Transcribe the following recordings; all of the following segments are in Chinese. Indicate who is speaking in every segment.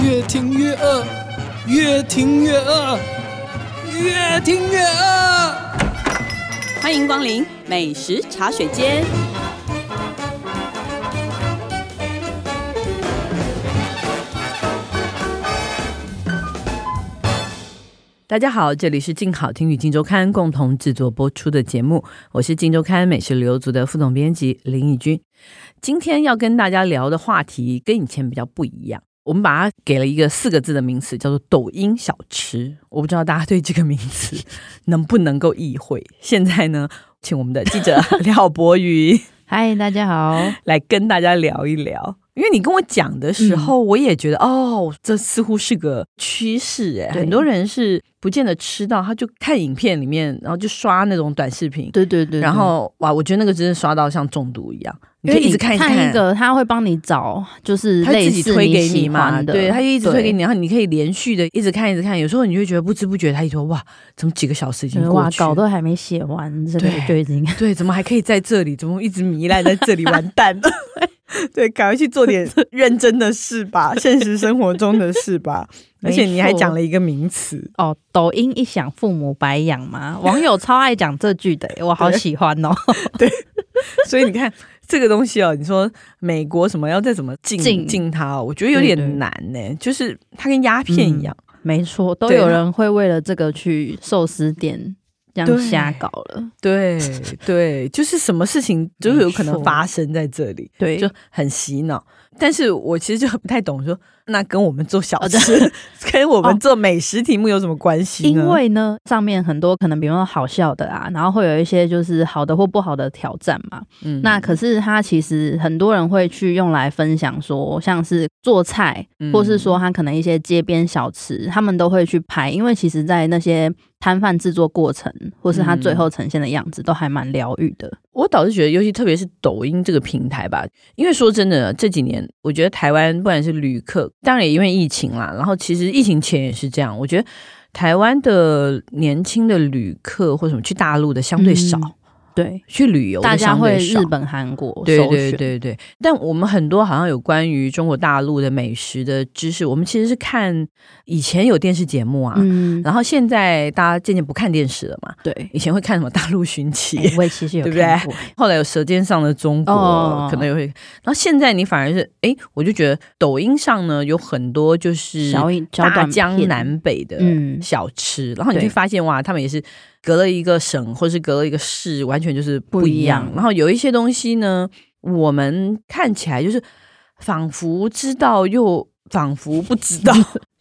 Speaker 1: 越听越饿，越听越饿，越听越饿。
Speaker 2: 欢迎光临美食茶水间。
Speaker 3: 大家好，这里是静好听与静周刊共同制作播出的节目，我是静周刊美食旅游组的副总编辑林义君。今天要跟大家聊的话题跟以前比较不一样，我们把它给了一个四个字的名词，叫做“抖音小吃”。我不知道大家对这个名 词能不能够意会。现在呢，请我们的记者 廖博宇
Speaker 4: 嗨，大家好。
Speaker 3: 来跟大家聊一聊。因为你跟我讲的
Speaker 4: 嗯
Speaker 3: 时候，我也觉得、哦，这似乎是个趋势哎，
Speaker 4: 对
Speaker 3: 很多人是不见得吃到，他就看影片里面，然后就刷那种短视频，
Speaker 4: 对对对
Speaker 3: 然后哇，我觉得那个真的刷到像中毒一样，你
Speaker 4: 因
Speaker 3: 就
Speaker 4: 为
Speaker 3: 一直
Speaker 4: 看
Speaker 3: 看看
Speaker 4: 一，个，他会帮你找，就是
Speaker 3: 他
Speaker 4: 类
Speaker 3: 自己
Speaker 4: 似
Speaker 3: 推给
Speaker 4: 喜
Speaker 3: 嘛，
Speaker 4: 欢的，
Speaker 3: 对，他就一直推给
Speaker 4: 你。
Speaker 3: 你，然后你可以连续的一直看一直看，有时候你就会觉得不知不觉，他一说哇，怎么几个小时已
Speaker 4: 觉
Speaker 3: 经
Speaker 4: 得
Speaker 3: 过
Speaker 4: 哇，
Speaker 3: 去
Speaker 4: 稿
Speaker 3: 了。
Speaker 4: 都还没写完，这个
Speaker 3: 对
Speaker 4: 就已经
Speaker 3: 对，怎么还可以在这里？怎么一直糜烂在这里？完蛋 了！对，赶快去做点认真的事 吧，现实生活中的事吧。而且你还讲了一个名词，
Speaker 4: 哦，抖音一响，父母白养 嘛。网友超爱讲这句的，欸我好
Speaker 3: 对
Speaker 4: 喜欢哦。
Speaker 3: 所以你看这个东西哦，你说美国什么要再怎么禁
Speaker 4: 禁
Speaker 3: 禁它、哦，我觉得有
Speaker 4: 对对嗯
Speaker 3: 点难呢、就是它跟鸦片一样。
Speaker 4: 没错，都
Speaker 3: 对
Speaker 4: 有
Speaker 3: 啊
Speaker 4: 人会为了这个去寿司店这样
Speaker 3: 对
Speaker 4: 瞎搞了。
Speaker 3: 对对，就是什么事情都有可
Speaker 4: 没
Speaker 3: 能
Speaker 4: 错
Speaker 3: 发生在这里。
Speaker 4: 对
Speaker 3: 就很洗脑。但是我其实就不太懂说，那跟我们做小
Speaker 4: 哦对
Speaker 3: 吃、跟我们
Speaker 4: 哦
Speaker 3: 做美食题目有什么关系呢？
Speaker 4: 因为呢，上面很多可能比方说好笑的啊，然后会有一些就是好的或不好的挑战嘛。
Speaker 3: 嗯
Speaker 4: 那可是它其实很多人会去用来分享说，像是做菜，
Speaker 3: 嗯
Speaker 4: 或是说它可能一些街边小吃，他们都会去拍，因为其实，在那些摊贩制作过程，或是它最后呈现的样子，都还蛮疗愈的。
Speaker 3: 我倒是觉得，尤其特别是抖音这个平台吧，因为说真的，这几年我觉得台湾不管是旅客，当然也因为疫情啦，然后其实疫情前也是这样，我觉得台湾的年轻的旅客或什么去大陆的相对少，
Speaker 4: 嗯对，
Speaker 3: 去旅游的
Speaker 4: 大家
Speaker 3: 相对
Speaker 4: 会日
Speaker 3: 少
Speaker 4: 本、韩国
Speaker 3: 对
Speaker 4: 首
Speaker 3: 对
Speaker 4: 选。
Speaker 3: 对对，但我们很多好像有关于中国大陆的美食的知识，我们其实是看以前有电视节目啊，
Speaker 4: 嗯，
Speaker 3: 然后现在大家渐渐不看电视了嘛，
Speaker 4: 对。
Speaker 3: 以前会看什么大陆寻奇，
Speaker 4: 哎我也其实有
Speaker 3: 对不对
Speaker 4: 看过，
Speaker 3: 后来有《舌尖上的中国》
Speaker 4: 哦
Speaker 3: 可能也会，然后现在你反而是哎，我就觉得抖音上呢有很多就是
Speaker 4: 小影小
Speaker 3: 大
Speaker 4: 短
Speaker 3: 江
Speaker 4: 片
Speaker 3: 南北的
Speaker 4: 嗯
Speaker 3: 小吃，然后你就
Speaker 4: 对
Speaker 3: 会发现哇，他们也是隔了一个省或是隔了一个市，完全就是不
Speaker 4: 不
Speaker 3: 一
Speaker 4: 一
Speaker 3: 样。
Speaker 4: 样
Speaker 3: 然后有一些东西呢，我们看起来就是仿佛知道又仿佛不知 道。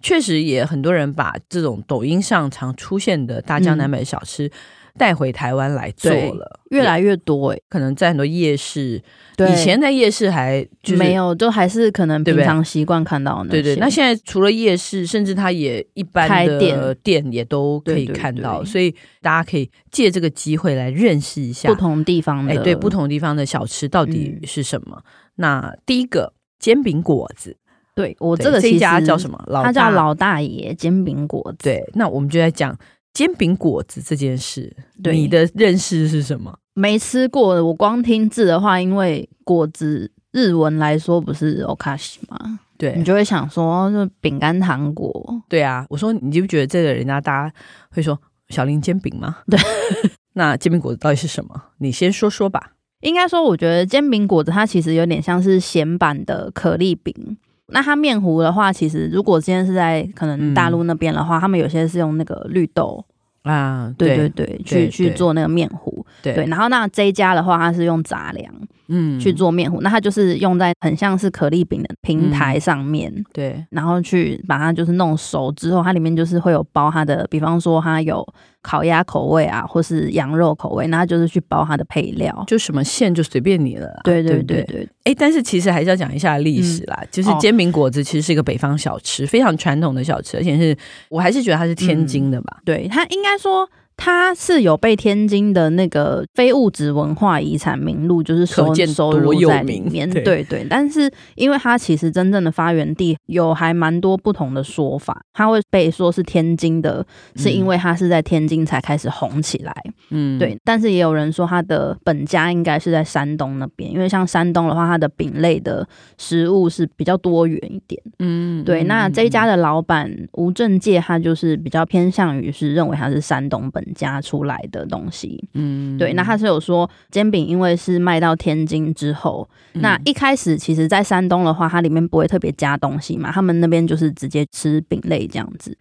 Speaker 3: 确实也很多人把这种抖音上常出现的大江南北小吃带回台湾来做
Speaker 4: 嗯对
Speaker 3: 了，
Speaker 4: 越来越多哎、
Speaker 3: 可能在很多夜市，
Speaker 4: 对
Speaker 3: 以前在夜市还就是
Speaker 4: 没。有，就还是可能
Speaker 3: 对不
Speaker 4: 平
Speaker 3: 对
Speaker 4: 常习惯看到的
Speaker 3: 对对，
Speaker 4: 些
Speaker 3: 那现在除了夜市，甚至它也一般
Speaker 4: 开
Speaker 3: 的
Speaker 4: 店
Speaker 3: 店也都可以
Speaker 4: 对对
Speaker 3: 看到，
Speaker 4: 对
Speaker 3: 所以大家可以借这个机会来认识一下
Speaker 4: 不同地方的，
Speaker 3: 哎，对，不同地方的小吃到底
Speaker 4: 嗯
Speaker 3: 是什么？那第一个煎饼果子，
Speaker 4: 对我
Speaker 3: 对
Speaker 4: 这个
Speaker 3: 这
Speaker 4: 其
Speaker 3: 一
Speaker 4: 实
Speaker 3: 家叫什么？老
Speaker 4: 它叫
Speaker 3: 大
Speaker 4: 老大爷煎饼果子。
Speaker 3: 对，那我们就在讲煎饼果子这件事，
Speaker 4: 对
Speaker 3: 你的认识是什么？
Speaker 4: 没吃过的，我光听字的话，因为果子日文来说不是 okashi 嘛，你
Speaker 3: 对
Speaker 4: 就会想说就饼干糖果。
Speaker 3: 对啊，我说你记不觉得这个人家大家会说小林煎饼吗？
Speaker 4: 对，
Speaker 3: 那煎饼果子到底是什么？你先说说吧。
Speaker 4: 应该说，我觉得煎饼果子它其实有点像是咸版的可丽饼。那它面糊的话，其实如果今天是在可能
Speaker 3: 嗯
Speaker 4: 大陆那边的话，他们有些是用那个绿豆，
Speaker 3: 啊，
Speaker 4: 对对对，去
Speaker 3: 对
Speaker 4: 去
Speaker 3: 对
Speaker 4: 做那个面糊。
Speaker 3: 对
Speaker 4: 对，然后那这一家的话，它是用杂粮，
Speaker 3: 嗯
Speaker 4: 去做面糊，那它就是用在很像是可丽饼的平台上面，
Speaker 3: 对
Speaker 4: 然后去把它就是弄熟之后，它里面就是会有包它的，比方说它有烤鸭口味啊，或是羊肉口味，那它就是去包它的配料。
Speaker 3: 就什么馅就随便你了啦，
Speaker 4: 对啊对
Speaker 3: 不
Speaker 4: 对对，
Speaker 3: 哎，但是其实还是要讲一下历史啦。就是
Speaker 4: 哦
Speaker 3: 煎饼果子其实是一个北方小吃，非常传统的小吃，而且是我还是觉得它是天津的吧。
Speaker 4: 对它应该说它是有被天津的那个非物质文化遗产名录，就是收
Speaker 3: 可见
Speaker 4: 收
Speaker 3: 多
Speaker 4: 入
Speaker 3: 有
Speaker 4: 在里
Speaker 3: 名
Speaker 4: 面。
Speaker 3: 对
Speaker 4: 对对，但是因为它其实真正的发源地有还蛮多不同的说法，它会被说是天津的，是因为它是在天津才开始红起来。
Speaker 3: 嗯，
Speaker 4: 对，但是也有人说它的本家应该是在山东那边，因为像山东的话，它的饼类的食物是比较多元一点。
Speaker 3: 嗯，嗯，
Speaker 4: 对，那这一家的老板吴正介，他就是比较偏向于是认为他是山东本家出来的东西。
Speaker 3: 嗯，嗯
Speaker 4: 对，那他是有说煎饼，因为是卖到天津之后，那
Speaker 3: 嗯
Speaker 4: 一开始其实，在山东的话，它里面不会特别加东西嘛，他们那边就是直接吃饼类这样子。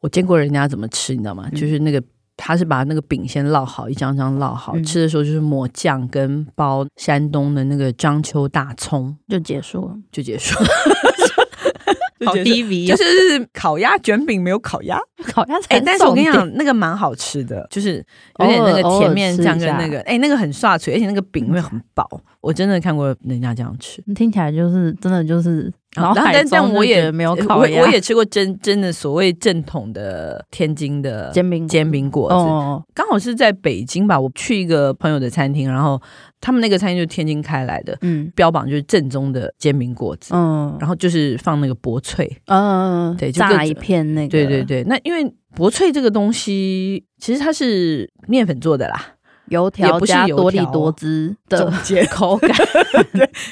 Speaker 3: 我见过人家怎么吃，你知道
Speaker 4: 嗯
Speaker 3: 吗？就是那个。他是把那个饼先烙好，一张张烙好，
Speaker 4: 嗯
Speaker 3: 吃的时候就是抹酱跟包山东的那个章丘大葱
Speaker 4: 就结束了，
Speaker 3: 就结束，就结束
Speaker 4: 好 DV，
Speaker 3: 就
Speaker 4: 哦
Speaker 3: 是烤鸭卷饼没有烤鸭，
Speaker 4: 烤鸭才
Speaker 3: 哎、
Speaker 4: 重点。
Speaker 3: 但是我跟你讲，那个蛮好吃的，就是有点那个
Speaker 4: 偶尔
Speaker 3: 甜面酱跟
Speaker 4: 偶尔
Speaker 3: 那
Speaker 4: 吃一
Speaker 3: 个，哎、那个很刷嘴，而且那个饼会很薄。我真的看过人家这样吃，
Speaker 4: 听起来就是真的就是，然后
Speaker 3: 哦但但我也
Speaker 4: 没有
Speaker 3: 呃
Speaker 4: 烤
Speaker 3: 我
Speaker 4: 鸭，
Speaker 3: 我也吃过真真的所谓正统的天津的
Speaker 4: 煎饼
Speaker 3: 煎饼果子，
Speaker 4: 哦，
Speaker 3: 刚好是在北京吧，我去一个朋友的餐厅，然后他们那个餐厅就是天津开来的，
Speaker 4: 嗯
Speaker 3: 标榜就是正宗的煎饼果子，
Speaker 4: 嗯
Speaker 3: 然后就是放那个薄脆，
Speaker 4: 嗯，
Speaker 3: 对就各
Speaker 4: 炸
Speaker 3: 种
Speaker 4: 一片那个，
Speaker 3: 对对，对，那因为薄脆这个东西其实它是面粉做的啦，
Speaker 4: 油
Speaker 3: 也
Speaker 4: 条
Speaker 3: 不是
Speaker 4: 加
Speaker 3: 油
Speaker 4: 多利
Speaker 3: 条
Speaker 4: 多汁的
Speaker 3: 中 间
Speaker 4: 口感，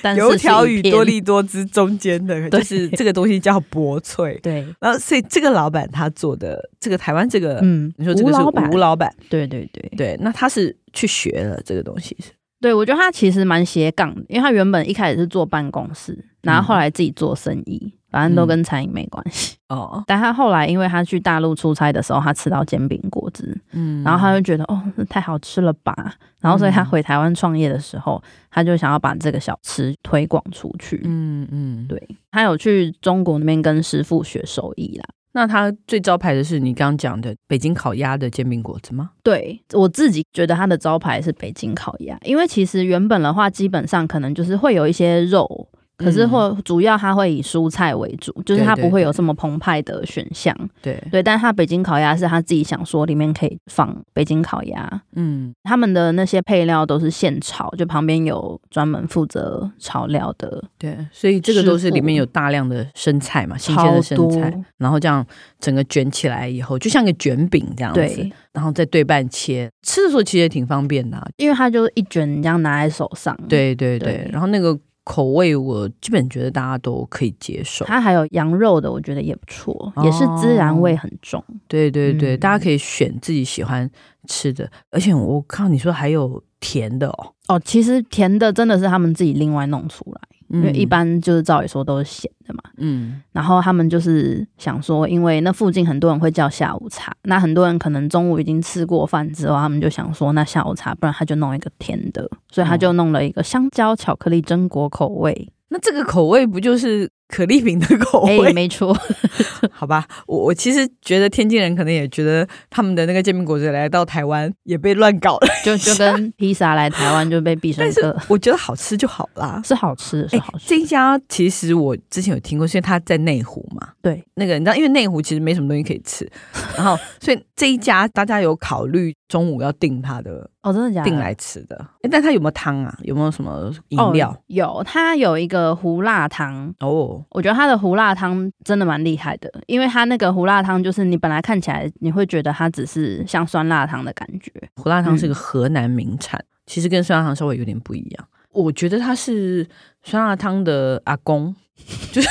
Speaker 4: 但是
Speaker 3: 油
Speaker 4: 是
Speaker 3: 条
Speaker 4: 一
Speaker 3: 与
Speaker 4: 片
Speaker 3: 多利多汁中间的，
Speaker 4: 对
Speaker 3: 就是这个东西叫薄脆。
Speaker 4: 对，
Speaker 3: 然后，所以这个老板他做的，这个台湾这个，
Speaker 4: 嗯，
Speaker 3: 呃你说这个
Speaker 4: 吴
Speaker 3: 是
Speaker 4: 老板
Speaker 3: 吴，老板，
Speaker 4: 对对对
Speaker 3: 对，那他是去学了这个东西，
Speaker 4: 对，我觉得他其实蛮斜杠的，因为他原本一开始是做办公室，然后
Speaker 3: 嗯
Speaker 4: 后来自己做生意，反正都
Speaker 3: 嗯
Speaker 4: 跟餐饮没关系。
Speaker 3: 哦，
Speaker 4: 但他后来因为他去大陆出差的时候，他吃到煎饼果子，
Speaker 3: 嗯
Speaker 4: 然后他就觉得哦，这太好吃了吧。然后所以他回台湾创业的时候，他就想要把这个小吃推广出去。
Speaker 3: 嗯嗯，
Speaker 4: 对他有去中国那边跟师傅学手艺啦。
Speaker 3: 那它最招牌的是你刚刚讲的北京烤鸭的煎饼果子吗？
Speaker 4: 对我自己觉得它的招牌是北京烤鸭，因为其实原本的话，基本上可能就是会有一些肉，可是
Speaker 3: 嗯
Speaker 4: 或主要它会以蔬菜为主，就是
Speaker 3: 对
Speaker 4: 它
Speaker 3: 对
Speaker 4: 不会有
Speaker 3: 对
Speaker 4: 这么澎湃的选项。
Speaker 3: 对，
Speaker 4: 对，但它北京烤鸭是他自己想说里面可以放北京烤鸭，
Speaker 3: 嗯
Speaker 4: 他们的那些配料都是现炒，就旁边有专门负责炒料的，
Speaker 3: 对，所以这个
Speaker 4: 师傅
Speaker 3: 都是里面有大量的生菜嘛，新鲜的
Speaker 4: 超
Speaker 3: 生菜
Speaker 4: 多，
Speaker 3: 然后这样整个卷起来以后，就像个卷饼这样子
Speaker 4: 对，，
Speaker 3: 然后再对半切，吃的时候其实也挺方便的啊、
Speaker 4: 因为它就是一卷这样拿在手上，，
Speaker 3: 对对对，
Speaker 4: 对
Speaker 3: 然后那个口味我基本觉得大家都可以接受，
Speaker 4: 它还有羊肉的，我觉得也不错，
Speaker 3: 哦
Speaker 4: 也是孜然味很重，
Speaker 3: 对对对，
Speaker 4: 嗯
Speaker 3: 大家可以选自己喜欢吃的，而且我看你说还有甜的哦，
Speaker 4: 哦，其实甜的真的是他们自己另外弄出来，
Speaker 3: 因
Speaker 4: 因为一般就是照理说都是咸的嘛，
Speaker 3: 嗯
Speaker 4: 然后他们就是想说，因为那附近很多人会叫下午茶，那很多人可能中午已经吃过饭之后，他们就想说，那下午茶，不然他就弄一个甜的，所以他
Speaker 3: 哦
Speaker 4: 就弄了一个香蕉巧克力榛果口味。
Speaker 3: 那这个口味不就是可丽饼的口
Speaker 4: 哎、
Speaker 3: 味？
Speaker 4: 没错，
Speaker 3: 好吧，我我其实觉得天津人可能也觉得他们的那个煎饼果子来到台湾也被乱搞了，
Speaker 4: 就就跟披萨来台湾就被必胜
Speaker 3: 但是
Speaker 4: 哥
Speaker 3: 我觉得好吃就好啦。
Speaker 4: 是好吃的，是
Speaker 3: 哎
Speaker 4: 好吃
Speaker 3: 这一家其实我之前有听过，是因为它在内湖嘛。
Speaker 4: 对，
Speaker 3: 那个你知道，因为内湖其实没什么东西可以吃， 然后所以这一家大家有考虑中午要订它的，
Speaker 4: 哦，真的假的？
Speaker 3: 订来吃的。哎，但它有没有汤啊？有没有什么饮料？
Speaker 4: 哦、有，它有一个胡辣汤。
Speaker 3: 哦，
Speaker 4: 我觉得它的胡辣汤真的蛮厉害的，因为它那个胡辣汤就是你本来看起来你会觉得它只是像酸辣汤的感觉，
Speaker 3: 胡辣汤是个河南名产，其实跟酸辣汤稍微有点不一样。我觉得他是酸辣汤的阿公， 就是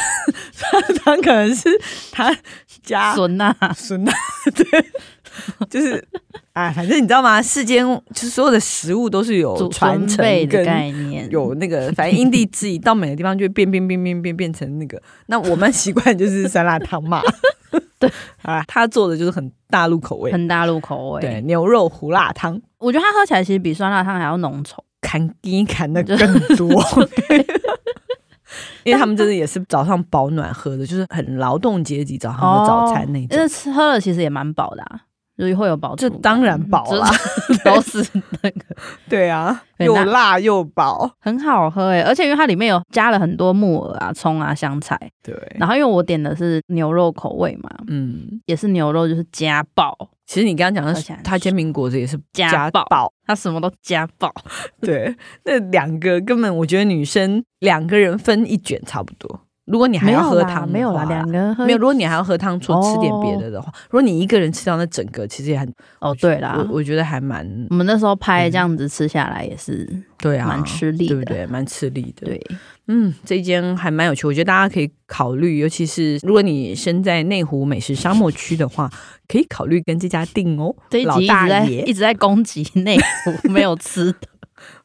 Speaker 3: 酸辣汤可能是他家
Speaker 4: 酸辣
Speaker 3: 孙啊， 对，就是啊，反正你知道吗？世间就是所有的食物都是有
Speaker 4: 祖
Speaker 3: 传
Speaker 4: 传
Speaker 3: 承
Speaker 4: 辈的
Speaker 3: 跟
Speaker 4: 概念，
Speaker 3: 有
Speaker 5: 嗯
Speaker 3: 那个，反正因地制宜，到每个地方就会变变变变变变成那个。那我们习惯就是酸辣汤 嘛，
Speaker 4: 对
Speaker 3: 啊，他做的就是很大陆口味，
Speaker 4: 很大陆口味。
Speaker 3: 对，，牛肉胡辣汤。
Speaker 4: 我觉得它喝起来其实比酸辣汤还要浓稠。
Speaker 3: 砍鸡砍 的更多。因为他们真的也是早上哦保暖喝的，就是很劳动阶级早上的早餐那
Speaker 5: 哦嗯
Speaker 4: 因为
Speaker 3: 种。
Speaker 4: 吃喝了其实也蛮饱的、啊，就是会有饱足
Speaker 3: 这
Speaker 4: 感，
Speaker 3: 当然饱啦，
Speaker 4: 这 都是那个
Speaker 5: 对啊，
Speaker 4: 对
Speaker 5: 又
Speaker 4: 那
Speaker 5: 辣又饱，
Speaker 4: 很好喝欸诶、而且因为它里面有加了很多木耳啊、葱啊、香菜，
Speaker 5: 对，
Speaker 4: 然后因为我点的是牛肉口味嘛，
Speaker 3: 嗯，
Speaker 4: 也是牛肉就是加爆
Speaker 3: 其实你刚刚讲的
Speaker 4: 而且
Speaker 3: 是
Speaker 4: 还，
Speaker 3: 它煎饼果子也是
Speaker 4: 加爆，它什么都加爆，
Speaker 3: 对，那两个根本我觉得女生两个人分一卷差不多。如果你还要喝汤的话，
Speaker 4: 没有啦，两个人喝
Speaker 3: 没有。如果你还要喝汤，除了吃点别的的话，如果你一个人吃到那整个，其实也很
Speaker 4: 哦，对啦，
Speaker 3: 我我觉得还蛮
Speaker 4: 我们那时候拍这样子吃下来也是
Speaker 3: 对啊，
Speaker 4: 蛮吃力
Speaker 3: 对
Speaker 4: 的，
Speaker 3: 不对？蛮吃力的。，
Speaker 4: 对
Speaker 3: 嗯，这一间还蛮有趣，我觉得大家可以考虑，尤其是如果你身在内湖美食沙漠区的话，可以考虑跟这家订哦。
Speaker 4: 这一
Speaker 3: 老
Speaker 4: 集一
Speaker 3: 大
Speaker 4: 直在
Speaker 3: 爷
Speaker 4: 一直在攻击内湖没有 吃的，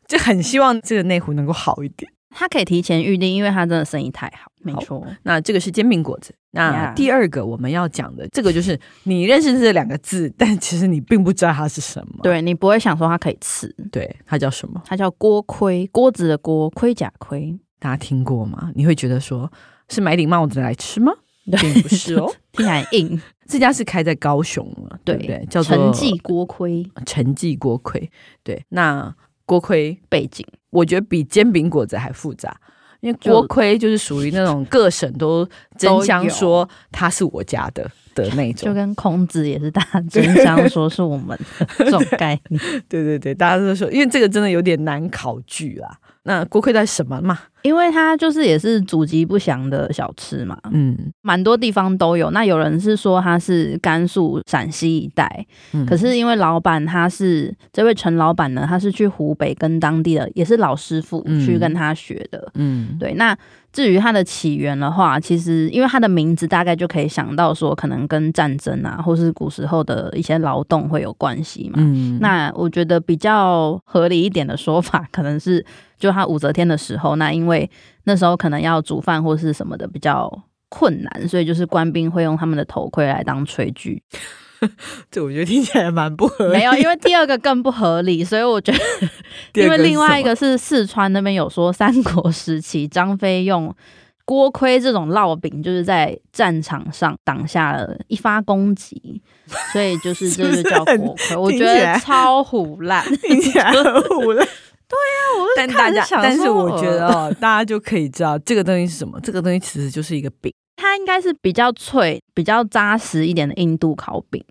Speaker 3: 就很希望这个内湖能够好一点。
Speaker 4: 他可以提前预定，因为他真的生意太好，没错，
Speaker 3: 那这个是煎饼果子。那
Speaker 4: Yeah
Speaker 3: 第二个我们要讲的，这个就是你认识这两个字，但其实你并不知道它是什么。
Speaker 4: 对你不会想说它可以吃，
Speaker 3: 对，它叫什么？
Speaker 4: 它叫锅盔，锅子的锅，盔甲盔，
Speaker 3: 大家听过吗？你会觉得说是买顶帽子来吃 吗？
Speaker 4: 对
Speaker 3: 并不是哦，
Speaker 4: 听起来很硬，
Speaker 3: 这家是开在高雄了，对不对？叫做
Speaker 4: 陈记锅盔
Speaker 3: 陈记锅盔。对，那锅盔
Speaker 4: 背景，
Speaker 3: 我觉得比煎饼果子还复杂。因为
Speaker 4: 就
Speaker 3: 锅盔就是属于那种各省都争相说它是我家的的那种，
Speaker 4: 就跟孔子也是大家争相说是我们的 这种概念，
Speaker 3: 对对对，大家都说，因为这个真的有点难考据啦。那锅盔到底什么嘛？
Speaker 4: 因为它就是也是祖籍不详的小吃嘛，
Speaker 3: 嗯，
Speaker 4: 蛮多地方都有。那有人是说它是甘肃、陕西一带，
Speaker 3: 嗯
Speaker 4: 可是因为老板他是这位陈老板呢，他是去湖北跟当地的也是老师傅
Speaker 3: 嗯
Speaker 4: 去跟他学的。
Speaker 3: 嗯，
Speaker 4: 对，那至于它的起源的话，其实因为它的名字大概就可以想到说，可能跟战争啊，或是古时候的一些劳动会有关系嘛。
Speaker 3: 嗯，
Speaker 4: 那我觉得比较合理一点的说法，可能是就他武则天的时候，那因为那时候可能要煮饭或是什么的比较困难，所以就是官兵会用他们的头盔来当炊具。
Speaker 3: 这我觉得听起来蛮不合理。
Speaker 4: 没有，因为第二个更不合理，所以我觉得，
Speaker 3: 第
Speaker 4: 因
Speaker 3: 二个
Speaker 4: 为
Speaker 3: 是
Speaker 4: 另外一
Speaker 3: 什么
Speaker 4: 个是四川那边有说，三国时期张飞用。锅盔这种烙饼，就是在战场上挡下了一发攻击，所以就是这就叫
Speaker 5: 是不是很
Speaker 4: 锅盔。我
Speaker 5: 听
Speaker 4: 觉
Speaker 5: 起
Speaker 4: 得
Speaker 5: 来
Speaker 4: 超虎烂，
Speaker 5: 听起来很无 聊。
Speaker 3: 但大
Speaker 4: 看着
Speaker 3: 家，
Speaker 4: 想
Speaker 3: 但是
Speaker 4: 说
Speaker 3: 我觉得哦， 大家就可以知道这个东西是什么。这个东西其实就是一个饼
Speaker 4: 它应该是比较脆、比较扎实一点的印度烤饼，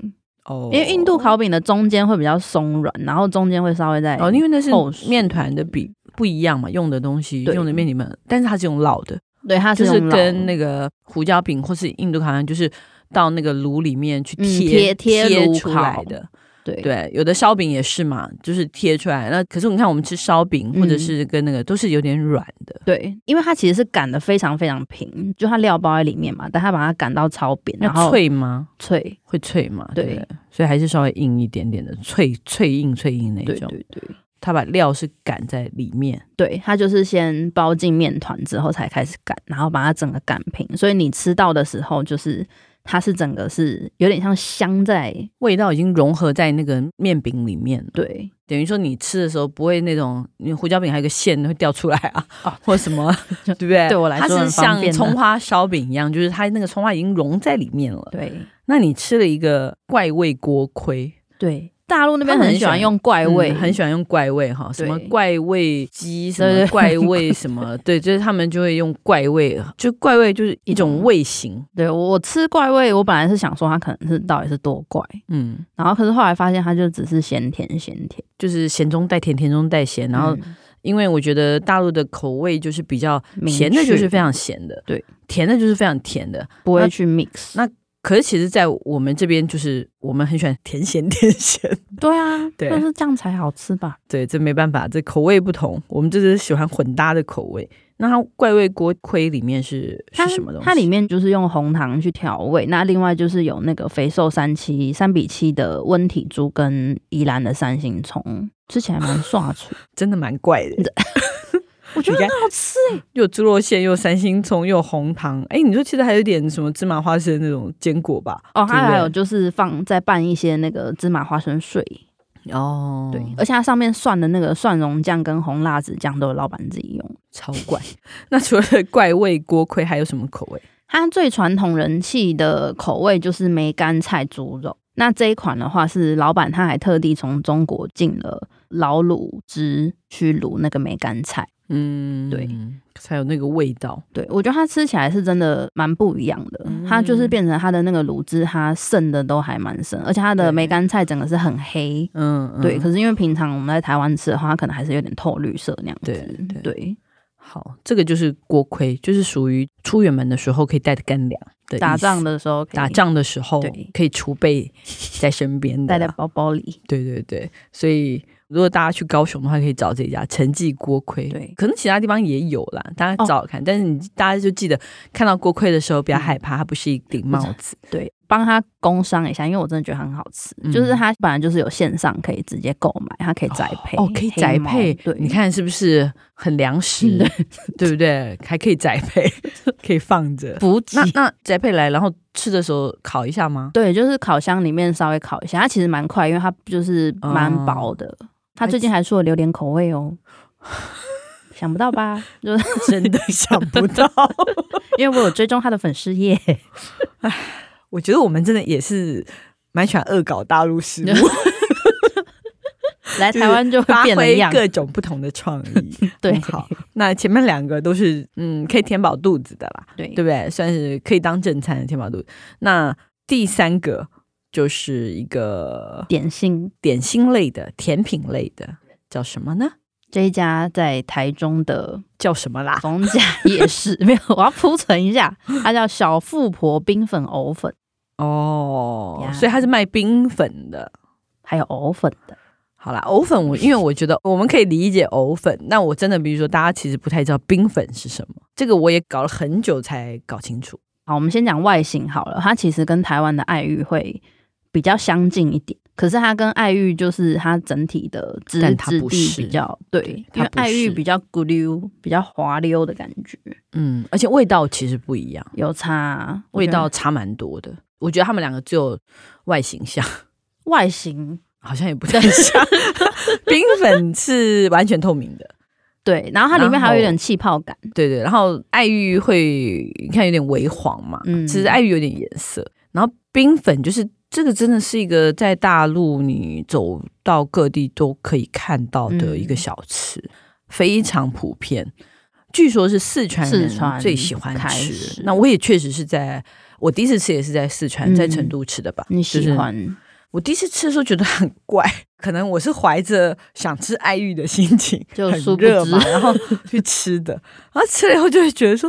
Speaker 3: 哦，
Speaker 4: 因为印度烤饼的中间会比较松软，然后中间会稍微再
Speaker 3: 哦，因为那是
Speaker 4: 厚实
Speaker 3: 面团的饼不一样嘛，用的东西
Speaker 4: 对
Speaker 3: 用的面你们，但是它是用烙的，
Speaker 4: 对它
Speaker 3: 就是是
Speaker 4: 用烙
Speaker 3: 跟那个胡椒饼或是印度烤肠，就是到那个炉里面去
Speaker 4: 嗯
Speaker 3: 贴
Speaker 4: 贴贴炉
Speaker 3: 出来
Speaker 4: 烤
Speaker 3: 的。
Speaker 4: 对
Speaker 3: 对，有的烧饼也是嘛，就是贴出来。那可是你看，我们吃烧饼
Speaker 4: 嗯
Speaker 3: 或者是跟那个、都是有点软的，
Speaker 4: 对，因为它其实是擀的非常非常平，就它料包在里面嘛，但它把它擀到超扁，然
Speaker 3: 那
Speaker 4: 后
Speaker 3: 脆吗？
Speaker 4: 脆，
Speaker 3: 会脆吗？
Speaker 4: 对
Speaker 3: 不，所以还是稍微硬一点点的，脆脆硬脆硬那
Speaker 4: 对
Speaker 3: 种。
Speaker 4: 对对
Speaker 3: 它把料是擀在里面，
Speaker 4: 对，它就是先包进面团之后才开始擀，然后把它整个擀平，所以你吃到的时候就是它是整个是有点像香在
Speaker 3: 味道已经融合在那个面饼里面了。
Speaker 4: 对
Speaker 3: 等于说你吃的时候不会那种，你胡椒饼还有个馅会掉出来 啊，或什么，对不对？
Speaker 4: 哦对我来
Speaker 3: 它
Speaker 4: 说
Speaker 3: 是
Speaker 4: 很方
Speaker 3: 像
Speaker 4: 便的
Speaker 3: 葱花烧饼一样，就是它那个葱花已经融在里面了。
Speaker 4: 对。
Speaker 3: 那你吃了一个怪味锅盔，
Speaker 4: 对，大陆那
Speaker 3: 他
Speaker 4: 边
Speaker 3: 们
Speaker 4: 很
Speaker 3: 很
Speaker 4: 喜
Speaker 3: 喜
Speaker 4: 欢
Speaker 3: 欢
Speaker 4: 用怪味，
Speaker 3: 嗯很喜欢用怪味哈，什
Speaker 4: 对
Speaker 3: 么怪味鸡，什
Speaker 4: 对
Speaker 3: 么
Speaker 4: 对
Speaker 3: 怪味什 么，对，就是他们就会用怪味，就怪味就是一种味型，
Speaker 4: 对我我吃怪味，我本来是想说它可能是到底是多怪，
Speaker 3: 嗯，
Speaker 4: 然后可是后来发现它就只是咸甜咸甜，
Speaker 3: 就是咸中带甜，甜中带咸，然后
Speaker 4: 嗯
Speaker 3: 因为我觉得大陆的口味就是比较
Speaker 4: 明
Speaker 3: 咸的，就是
Speaker 4: 确
Speaker 3: 非常咸的，
Speaker 4: 对，
Speaker 3: 甜的就是非常甜的，
Speaker 4: 不会去 mix。
Speaker 3: 那可是其实，在我们这边，就是我们很喜欢甜咸甜咸，
Speaker 4: 对啊，
Speaker 3: 对
Speaker 4: 就是这样才好吃吧？
Speaker 3: 对，这没办法，这口味不同，我们就是喜欢混搭的口味。那它怪味锅盔里面是是
Speaker 4: 它
Speaker 3: 什么东西？
Speaker 4: 它里面就是用红糖去调味，那另外就是有那个肥瘦三七三比七的温体猪跟宜兰的三星葱，吃起来 蛮爽脆，
Speaker 3: 真的蛮怪的，
Speaker 4: 我觉得
Speaker 3: 你
Speaker 4: 很
Speaker 3: 看
Speaker 4: 好吃哎、
Speaker 3: 又猪肉馅，又三星葱，又红糖。哎，你说其实还有点什么芝麻花生那种坚果吧？
Speaker 4: 哦，它还有
Speaker 3: 对不
Speaker 4: 就是放再拌一些那个芝麻花生碎，
Speaker 3: 对哦，
Speaker 4: 对，而且它上面涮的那个蒜蓉酱跟红辣子酱都是老板自己用。
Speaker 3: 超怪。 那除了怪味锅盔，还有什么口味？
Speaker 4: 它最传统人气的口味就是梅干菜猪肉，那这一款的话是老板他还特地从中国进了老卤汁去卤那个梅干菜，
Speaker 3: 嗯，
Speaker 4: 对，
Speaker 3: 才有那个味道，
Speaker 4: 对我觉得它吃起来是真的蛮不一样的，
Speaker 3: 嗯
Speaker 4: 它就是变成它的那个卤汁，它渗的都还蛮深，而且它
Speaker 3: 对
Speaker 4: 的梅干菜整个是很黑，
Speaker 3: 嗯，嗯
Speaker 4: 对。可是因为平常我们在台湾吃的话，它可能还是有点透绿色那样子，
Speaker 3: 对对
Speaker 4: 对，
Speaker 3: 好，这个就是锅盔，就是属于出远门的时候可以带的干粮的意思
Speaker 4: 打仗。的时候可以
Speaker 3: 打仗的时候
Speaker 4: 对
Speaker 3: 可以储备在身边的
Speaker 4: 带
Speaker 3: 啦，
Speaker 4: 在包包里，
Speaker 3: 对对对，所以如果大家去高雄的话，可以找这家陈记锅盔。
Speaker 4: 对
Speaker 3: 可能其他地方也有啦，大家
Speaker 4: 哦
Speaker 3: 找找看。但是你大家就记得看到锅盔的时候不要害怕，它嗯不是啊一顶帽子。
Speaker 4: 对，帮他工商一下，因为我真的觉得很好吃，
Speaker 3: 嗯
Speaker 4: 就是它本来就是有线上可以直接购买，它可以宅配
Speaker 3: 哦，可以
Speaker 4: 黑
Speaker 3: 宅
Speaker 4: 猫
Speaker 3: 配，
Speaker 4: 对，
Speaker 3: 你看是不是很 良食，对不对？还可以宅 配，可以放着。
Speaker 4: 补给
Speaker 3: 那。那宅配来，然后吃的时候烤一下吗？
Speaker 4: 对，就是烤箱里面稍微烤一下，它其实蛮快，因为它就是蛮
Speaker 3: 哦
Speaker 4: 薄的。它最近还出了榴莲口味 哦，想不到吧？就是
Speaker 3: 真 的想不到，
Speaker 4: 因为我有追踪他的粉 丝页，
Speaker 3: 我觉得我们真的也是蛮喜欢恶搞大陆 食物。
Speaker 4: 来台湾就会
Speaker 3: 发
Speaker 4: 变了
Speaker 3: 挥
Speaker 4: 样。
Speaker 3: 各种不同的创 意。
Speaker 4: 对
Speaker 3: 很好，那前面两个都是嗯可以填饱肚子的啦，
Speaker 4: 对
Speaker 3: 对不对？算是可以当正餐的填饱肚子。那第三个就是一个
Speaker 4: 点心
Speaker 3: 点心类的、甜品类的，叫什么呢？
Speaker 4: 这一家在台中的
Speaker 3: 叫什 么啦？
Speaker 4: 逢甲夜市，没有，我要铺陈一下，它叫小富婆冰粉藕粉，
Speaker 3: 哦
Speaker 4: 呀，
Speaker 3: 所以它是卖冰粉的。
Speaker 4: 还有藕粉的。
Speaker 3: 好啦，藕粉 我因为我觉得我们可以理解藕粉，那我真的比如说大家其实不太知道冰粉是什么，这个我也搞了很久才搞清楚。
Speaker 4: 好，我们先讲外形好了，它其实跟台湾的爱玉会比较相近一点，可是它跟爱玉就是它整体的质
Speaker 3: 但它
Speaker 4: 质
Speaker 3: 不
Speaker 4: 地
Speaker 3: 是
Speaker 4: 比较对
Speaker 3: 对，它
Speaker 4: 因为
Speaker 3: 不
Speaker 4: 爱玉
Speaker 3: 是
Speaker 4: 比较咕溜，比较滑溜的感觉，
Speaker 3: 嗯，而且味道其实不一样。
Speaker 4: 有差啊我
Speaker 3: 味
Speaker 4: 觉得
Speaker 3: 道差蛮多的。我觉得他们两个只有外形像，
Speaker 4: 外形
Speaker 3: 好像也不太像。 冰粉是完全透明的，
Speaker 4: 对，然后它里面还有一
Speaker 3: 然
Speaker 4: 点气泡感，
Speaker 3: 对对。然后爱玉会你看有点微黄嘛，
Speaker 4: 嗯
Speaker 3: 其实爱玉有点颜色。然后冰粉就是这个真的是一个在大陆你走到各地都可以看到的一个
Speaker 4: 嗯
Speaker 3: 小吃，非常普遍。据说是四川
Speaker 4: 四
Speaker 3: 人
Speaker 4: 川
Speaker 3: 最喜欢
Speaker 4: 开
Speaker 3: 吃
Speaker 4: 始，
Speaker 3: 那我也确实是在我第一次吃也是在四川，在成
Speaker 4: 嗯
Speaker 3: 都吃的吧。
Speaker 4: 你
Speaker 3: 就
Speaker 4: 喜
Speaker 3: 是
Speaker 4: 欢？
Speaker 3: 我第一次吃的时候觉得很怪，可能我是怀着想吃爱玉的心情，
Speaker 4: 就
Speaker 3: 很
Speaker 4: 殊不
Speaker 3: 热嘛，
Speaker 4: 知
Speaker 3: 然后去吃 的，然后吃了以后就会觉得说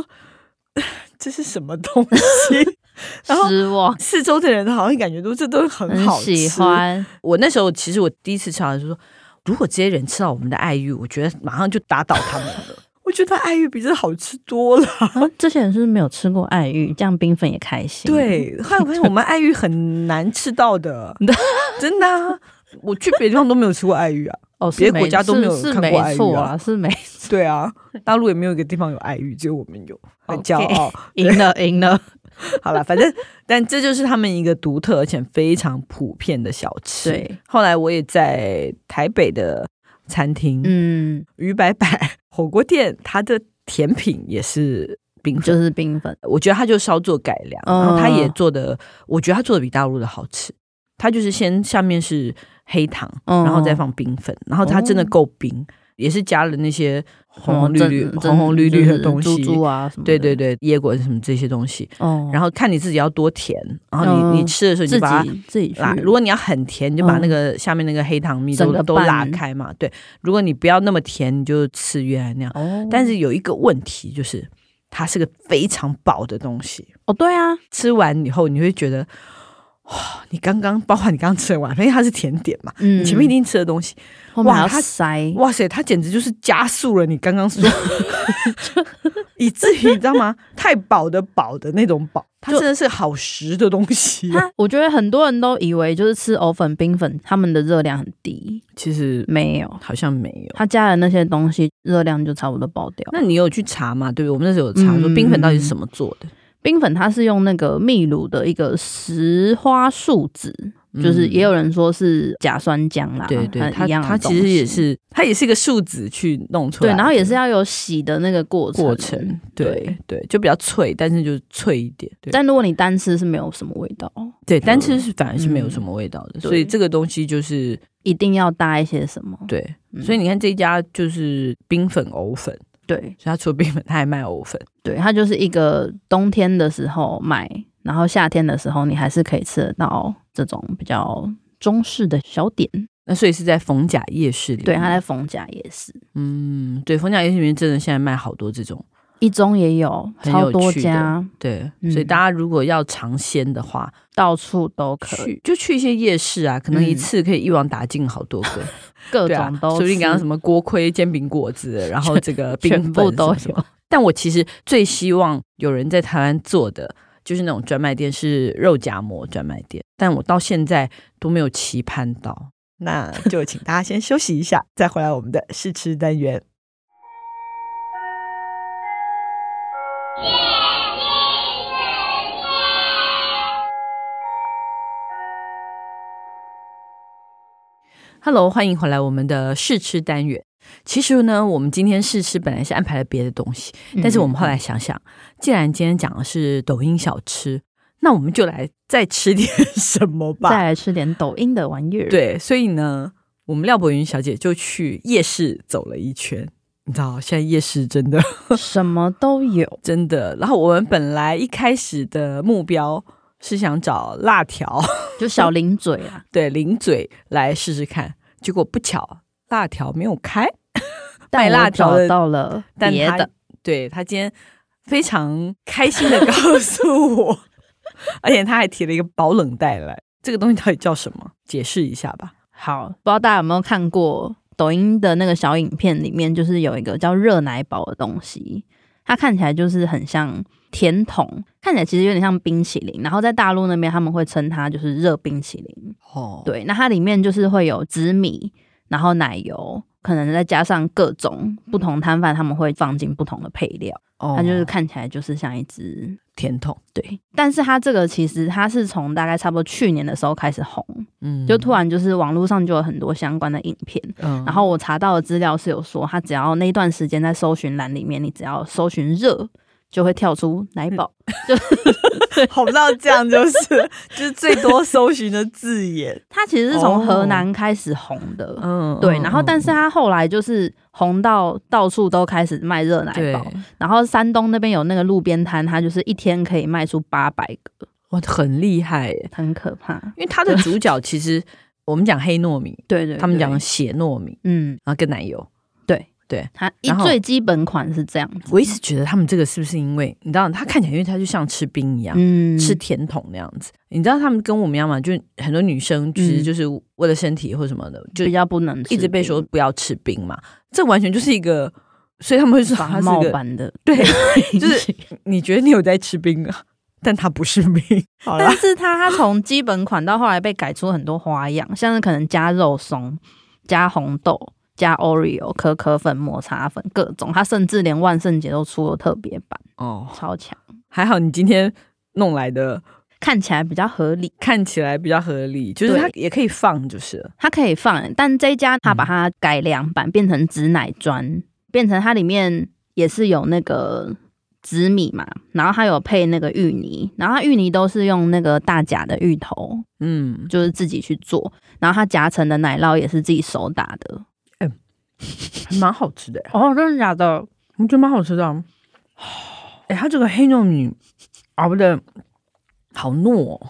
Speaker 3: 呃这是什么东 西，然后
Speaker 4: 失望，
Speaker 3: 四周的人好像感觉都这都很
Speaker 4: 很
Speaker 3: 好吃。
Speaker 4: 喜欢，
Speaker 3: 我那时候其实我第一次吃到的时候说，如果这些人吃到我们的爱玉，我觉得马上就打倒他们了。 我觉得爱玉比这好吃多了。
Speaker 4: 然后这些人是不是没有吃过爱玉，这样冰粉也开 心。，
Speaker 3: 对，后来我发现我们爱玉很难吃到 的，真的啊！我去别的地方都没有吃过爱玉啊。
Speaker 4: 哦，是
Speaker 3: 别的
Speaker 4: 没
Speaker 3: 国家都
Speaker 4: 是
Speaker 3: 没有
Speaker 4: 是
Speaker 3: 看过爱
Speaker 4: 没
Speaker 3: 玉
Speaker 4: 错
Speaker 3: 啊
Speaker 4: 啊，是没
Speaker 3: 对啊，大陆也没有一个地方有爱玉，只有我们有，很骄傲。
Speaker 4: 赢了 赢了，
Speaker 3: 好了，反正但这就是他们一个独特而且非常普遍的小吃。，
Speaker 4: 对，
Speaker 3: 后来我也在台北的餐厅，
Speaker 4: 嗯。
Speaker 3: 鱼白白火锅店，它的甜品也是冰
Speaker 4: 就
Speaker 3: 粉。
Speaker 4: 是冰粉，
Speaker 3: 我觉得它就稍作改良，
Speaker 4: 嗯
Speaker 3: 然后它也做的，我觉得它做的比大陆的好吃。它就是先下面是黑糖，
Speaker 4: 嗯
Speaker 3: 然后再放冰粉，然后它真的
Speaker 4: 哦
Speaker 3: 够冰，也是加了那些红红绿
Speaker 4: 什么
Speaker 3: 绿、
Speaker 4: 珍
Speaker 3: 红红绿绿的东西，
Speaker 4: 珍珠珠啊什么的，
Speaker 3: 对对对，椰果什么这些东西，
Speaker 4: 哦，
Speaker 3: 然后看你自己要多甜，然后你、
Speaker 4: 嗯
Speaker 3: 你吃的时候你就把
Speaker 4: 自
Speaker 3: 它
Speaker 4: 己自己去
Speaker 3: 拉，，如果你要很甜，你就把
Speaker 4: 嗯
Speaker 3: 那个下面那个黑糖蜜
Speaker 4: 整
Speaker 3: 都
Speaker 4: 个
Speaker 3: 都拉
Speaker 4: 拌
Speaker 3: 开嘛。对，如果你不要那么甜，你就吃原来那样。
Speaker 4: 哦，
Speaker 3: 但是有一个问题就是，它是个非常饱的东西，
Speaker 4: 哦对啊，
Speaker 3: 吃完以后你会觉得。哇！你刚刚包括你刚刚吃的完，因为它是甜点嘛，
Speaker 4: 嗯
Speaker 3: 你前面一定吃的东西，
Speaker 4: 后面
Speaker 3: 哇
Speaker 4: 还要
Speaker 3: 它
Speaker 4: 塞，
Speaker 3: 哇塞，它简直就是加速了你刚 刚说，以至于你知道吗？太饱的饱的那种饱，它
Speaker 4: 就
Speaker 3: 真的是好食的东西。啊
Speaker 4: 它我觉得很多人都以为就是吃藕粉冰粉，他们的热量很低，
Speaker 3: 其实
Speaker 4: 没有，
Speaker 3: 好像没有。
Speaker 4: 它加了那些东西，热量就差不多爆掉。
Speaker 3: 那你有去查吗？对不对？我们那时候有查说
Speaker 4: 嗯
Speaker 3: 冰粉到底是什么做的，
Speaker 4: 冰粉它是用那个秘鲁的一个石花树脂。就是
Speaker 3: 嗯
Speaker 4: 也有人说是甲酸浆啦，
Speaker 3: 对对，
Speaker 4: 很
Speaker 3: 它
Speaker 4: 一样的
Speaker 3: 它
Speaker 4: 东
Speaker 3: 其实也
Speaker 4: 西
Speaker 3: 是它也是一个树脂去弄出来
Speaker 4: 对，
Speaker 3: 的，
Speaker 4: 然后也是要有洗的那个过程，
Speaker 3: 过程，对对，就比较脆，但是就脆一点。对，
Speaker 4: 但如果你单吃是没有什么味道，
Speaker 3: 对，单吃是反而是没有什么味道的，所以这个东西就是
Speaker 4: 一定要搭一些什么？
Speaker 3: 对。
Speaker 4: 嗯
Speaker 3: 所以你看这家就是冰粉藕粉，
Speaker 4: 对
Speaker 3: 所以它 除了冰粉，它还卖藕粉。
Speaker 4: 对，它就是一个冬天的时候买，然后夏天的时候你还是可以吃得到这种比较中式的小点。
Speaker 3: 那所以是在逢甲夜市里，
Speaker 4: 对，它在逢甲也是，
Speaker 3: 嗯，对，逢甲夜市里面真的现在卖好多这种，
Speaker 4: 一中也有，
Speaker 3: 很有
Speaker 4: 超多
Speaker 3: 趣的
Speaker 4: 家，
Speaker 3: 对，
Speaker 4: 嗯
Speaker 3: 所以大家如果要尝鲜的话，
Speaker 4: 到处都可以，
Speaker 3: 去就去一些夜市啊，可能一
Speaker 4: 嗯
Speaker 3: 次可以一网打尽好多 个，
Speaker 4: 各
Speaker 3: 对啊
Speaker 4: 种，都
Speaker 3: 说不定
Speaker 4: 吃。
Speaker 3: 刚刚什么锅盔、煎饼果子，然后这个
Speaker 4: 全
Speaker 3: 冰
Speaker 4: 部
Speaker 3: 粉
Speaker 4: 都
Speaker 3: 什么什么。 但我其实最希望有人在台湾做的，就是那种专卖店是肉夹馍专卖店，但我到现在都没有期盼到。
Speaker 5: 那就请大家先休息一下，再回来我们的试吃单元。
Speaker 3: Hello，欢迎回来我们的试吃单元。其实呢，我们今天试吃本来是安排了别的东西，
Speaker 4: 嗯
Speaker 3: 但是我们后来想想，既然今天讲的是抖音小吃，那我们就来再吃点 什么吧。
Speaker 4: 再来吃点抖音的玩意儿。，
Speaker 3: 对，所以呢，我们廖博云小姐就去夜市走了一圈。你知道，现在夜市真的
Speaker 4: 什么都有。
Speaker 3: 真的。然后我们本来一开始的目标是想找辣条，，
Speaker 4: 就小零嘴啊
Speaker 3: 对零嘴来试试看，结果不巧辣条没有开，卖
Speaker 4: 但
Speaker 3: 辣
Speaker 4: 我
Speaker 3: 条
Speaker 4: 找
Speaker 3: 的
Speaker 4: 到了
Speaker 3: 但
Speaker 4: 别
Speaker 3: 他
Speaker 4: 的，
Speaker 3: 对他今天非常开心的 告诉我，而且他还提了一个保冷袋来，这个东西到底叫什么？解释一下吧。
Speaker 4: 好，不知道大家有没有看过抖音的那个小影片，里面就是有一个叫热奶宝的东西，它看起来就是很像甜筒，看起来其实有点像冰淇淋，然后在大陆那边他们会称它就是热冰淇淋。
Speaker 3: 哦，
Speaker 4: 对，那它里面就是会有紫米，然后奶油。可能再加上各种不同摊贩，他们会放进不同的配料，
Speaker 3: 哦
Speaker 4: 它就是看起来就是像一只
Speaker 3: 甜筒，
Speaker 4: 对，但是它这个其实它是从大概差不多去年的时候开始红，
Speaker 3: 嗯
Speaker 4: 就突然就是网络上就有很多相关的影片，
Speaker 3: 嗯
Speaker 4: 然后我查到的资料是有说，它只要那段时间在搜寻栏里面，你只要搜寻热。就会跳出奶
Speaker 3: 嗯
Speaker 4: 宝，
Speaker 5: 好不到这样就是就是最多搜寻的字 眼。
Speaker 4: 它其实是从河南开始红的，
Speaker 3: 哦嗯
Speaker 4: 对，然后但是它后来就是红到到处都开始卖热奶
Speaker 3: 对，
Speaker 4: 宝，然后山东那边有那个路边摊，它就是一天可以卖出八百个，
Speaker 3: 哇，很厉害耶，
Speaker 4: 很可怕。
Speaker 3: 因为它的主角其实我们讲黑糯米，
Speaker 4: 对对
Speaker 3: 他们
Speaker 4: 对
Speaker 3: 讲血糯米，
Speaker 4: 嗯，
Speaker 3: 然后跟奶油。
Speaker 4: 对
Speaker 3: 对，
Speaker 4: 它一
Speaker 3: 然后
Speaker 4: 最基本款是这样子，
Speaker 3: 我一直觉得他们这个是不是因为你知道，它看起来因为它就像吃冰一样，
Speaker 4: 嗯
Speaker 3: 吃甜筒那样子。你知道他们跟我们一样嘛？就很多女生其实
Speaker 4: 嗯
Speaker 3: 就是为了身体或什么的，就
Speaker 4: 比较不能吃
Speaker 3: 一直被
Speaker 4: 冰
Speaker 3: 说不要吃冰嘛。这完全就是一个，所以他们会说它
Speaker 4: 仿
Speaker 3: 是
Speaker 4: 冒
Speaker 3: 个。
Speaker 4: 版的，
Speaker 3: 对，就是 你觉得你有在吃冰啊， 但它不是 冰。
Speaker 5: 好了
Speaker 4: 但，是它它从基本款到后来被改出很多花样，像是可能加肉松、加红豆、加 Oreo、可可粉、抹茶粉各种，它甚至连万圣节都出了特别版，
Speaker 3: 哦，
Speaker 4: 超强，
Speaker 3: 还好你今天弄来的
Speaker 4: 看起来比较合理。
Speaker 3: 看起来比较合理，就是
Speaker 4: 对
Speaker 3: 它也可以放，就是了
Speaker 4: 它可以放，但这一家它把它改良版，变成紫奶砖，变成它里面也是有那个紫米嘛，然后它有配那个芋泥，然后它芋泥都是用那个大甲的芋头，
Speaker 3: 嗯，
Speaker 4: 就是自己去做，然后它夹层的奶酪也是自己手打的。
Speaker 3: 还蛮好吃的。
Speaker 4: 哦，真的假的？
Speaker 3: 我觉得蛮好吃的、啊。 哎、它这个黑糯米熬的好糯、哦，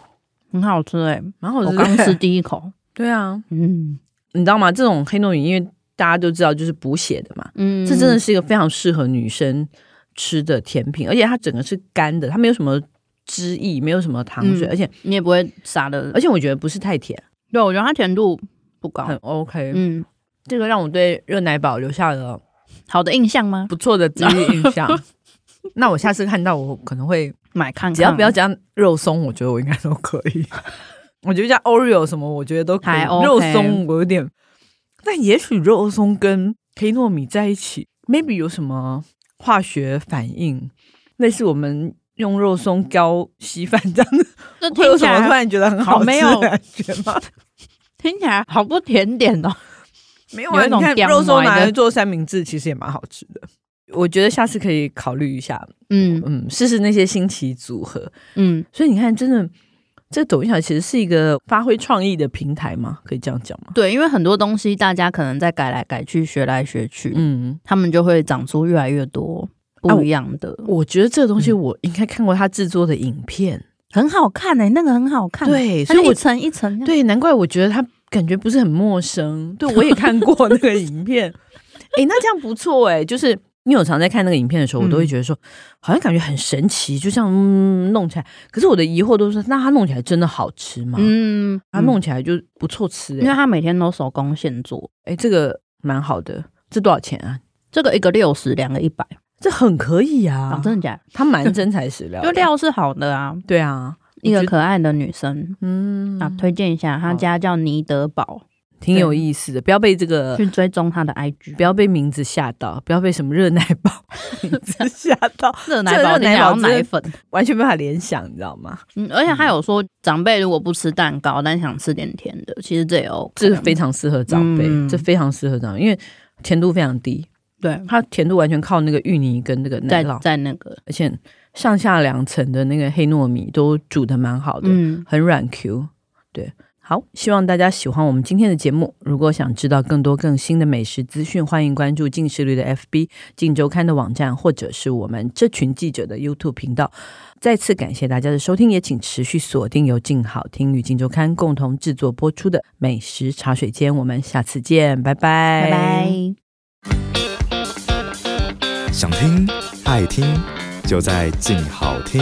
Speaker 4: 很好吃哎、
Speaker 3: 蛮好
Speaker 4: 我
Speaker 3: 吃的。
Speaker 4: 刚吃 第一口，
Speaker 3: 对啊，
Speaker 4: 嗯
Speaker 3: 你知道吗？这种黑糯米，因为大家都知道就是补血的嘛，
Speaker 4: 嗯，
Speaker 3: 这真的是一个非常适合女生吃的甜品，而且它整个是干的，它没有什么汁液，没有什么糖水，
Speaker 4: 嗯
Speaker 3: 而且
Speaker 4: 你也不会傻的，
Speaker 3: 而且我觉得不是太甜，
Speaker 4: 对我觉得它甜度不高
Speaker 3: 很，OK。
Speaker 4: 嗯，
Speaker 3: 这个让我对热奶堡留下了
Speaker 4: 好的印象吗？
Speaker 3: 不错的第一印 象。那我下次看到我可能会
Speaker 4: 买看看，
Speaker 3: 只要不要加肉松，我觉得我应该都可以。 我觉得加 Oreo 什么，我觉得都可以。
Speaker 4: 还 OK
Speaker 3: 肉松我有点，但也许肉松跟黑糯米在一起，maybe 有什么化学反应，类似我们用肉松浇稀饭这样子，
Speaker 4: 这
Speaker 3: 会有
Speaker 4: 听起
Speaker 3: 什么突
Speaker 4: 来
Speaker 3: 然觉得很好
Speaker 4: 好
Speaker 3: 吃
Speaker 4: 没
Speaker 3: 的
Speaker 4: 有
Speaker 3: 感觉吗？
Speaker 4: 听起来好不甜点哦。
Speaker 3: 没有啊，
Speaker 4: 有一种
Speaker 3: 你看
Speaker 4: 刁
Speaker 3: 肉松拿
Speaker 4: 蛮的
Speaker 3: 来做三明治，其实也蛮好吃的。我觉得下次可以考虑一下，
Speaker 4: 嗯
Speaker 3: 嗯，试试那些新奇组合。
Speaker 4: 嗯，
Speaker 3: 所以你看，真的这抖音小其实是一个发挥创意的平台嘛，可以这样讲吗？
Speaker 4: 对，因为很多东西大家可能在改来改去、学来学去，
Speaker 3: 嗯，
Speaker 4: 他们就会长出越来越多不一样的，
Speaker 3: 我觉得这个东西我应该看过他制作的影片，
Speaker 4: 很好看哎、那个很好看，，
Speaker 3: 对，所
Speaker 4: 所
Speaker 3: 以
Speaker 4: 以
Speaker 3: 我
Speaker 4: 一层一层这样，
Speaker 3: 对难怪我觉得他感觉不是很陌生，对我也看过那个影片，哎、那这样不错哎、就是。因为我常在看那个影片的时候，我都会
Speaker 5: 嗯
Speaker 3: 觉得说，好像感觉很神奇，就像、嗯、弄起来。可是我的疑惑都是，那它弄起来真的好吃吗？
Speaker 4: 嗯，
Speaker 3: 它弄起来就不错吃、
Speaker 4: 因为
Speaker 3: 欸，哎、
Speaker 4: 他每天都手工现做，
Speaker 3: 这个蛮好的，这多少钱啊？
Speaker 4: 这个一个六十，两个一百，
Speaker 3: 这很可以啊
Speaker 4: 讲，真的假的？
Speaker 3: 它蛮真材实 料的，
Speaker 4: 就哦料是好的啊，
Speaker 3: 对啊，
Speaker 4: 一
Speaker 3: 我
Speaker 4: 个
Speaker 3: 觉得
Speaker 4: 可爱的女生
Speaker 3: 嗯
Speaker 4: 啊，推荐一下，她家叫尼德堡，
Speaker 3: 挺有意思的，不要被这个
Speaker 4: 去追踪她的 IG
Speaker 3: 不。要被名字吓到，不要被什么热奶包 名字吓到，
Speaker 4: 热
Speaker 3: 这
Speaker 4: 奶
Speaker 3: 热
Speaker 4: 堡，
Speaker 3: 奶堡
Speaker 4: 堡
Speaker 3: 真的
Speaker 4: 奶粉，
Speaker 3: 完全没办法联想，你知道吗？
Speaker 4: 嗯，而且她有说，长辈如果不吃蛋糕，但想吃点甜的，其实这也 OK，啊
Speaker 3: 这非常适合长辈，
Speaker 4: 嗯
Speaker 3: 这非常适合长辈，因为甜度非常低，
Speaker 4: 对，
Speaker 3: 它甜度完全靠那个芋泥跟那个奶
Speaker 4: 在
Speaker 3: 酪，
Speaker 4: 在那个，
Speaker 3: 而且上下两层的那个黑糯米都煮的蛮好的，
Speaker 4: 嗯，
Speaker 3: 很软 Q。对，好，希望大家喜欢我们今天的节目。如果想知道更多更新的美食资讯，欢迎关注近视率的 FB、近周刊的网站，或者是我们这群记者的 YouTube 频道。再次感谢大家的收听，也请持续锁定由静好听与静周刊共同制作播出的美食茶水间。我们下次见，拜拜，
Speaker 4: 拜拜。
Speaker 6: 想听爱听，就在静好听。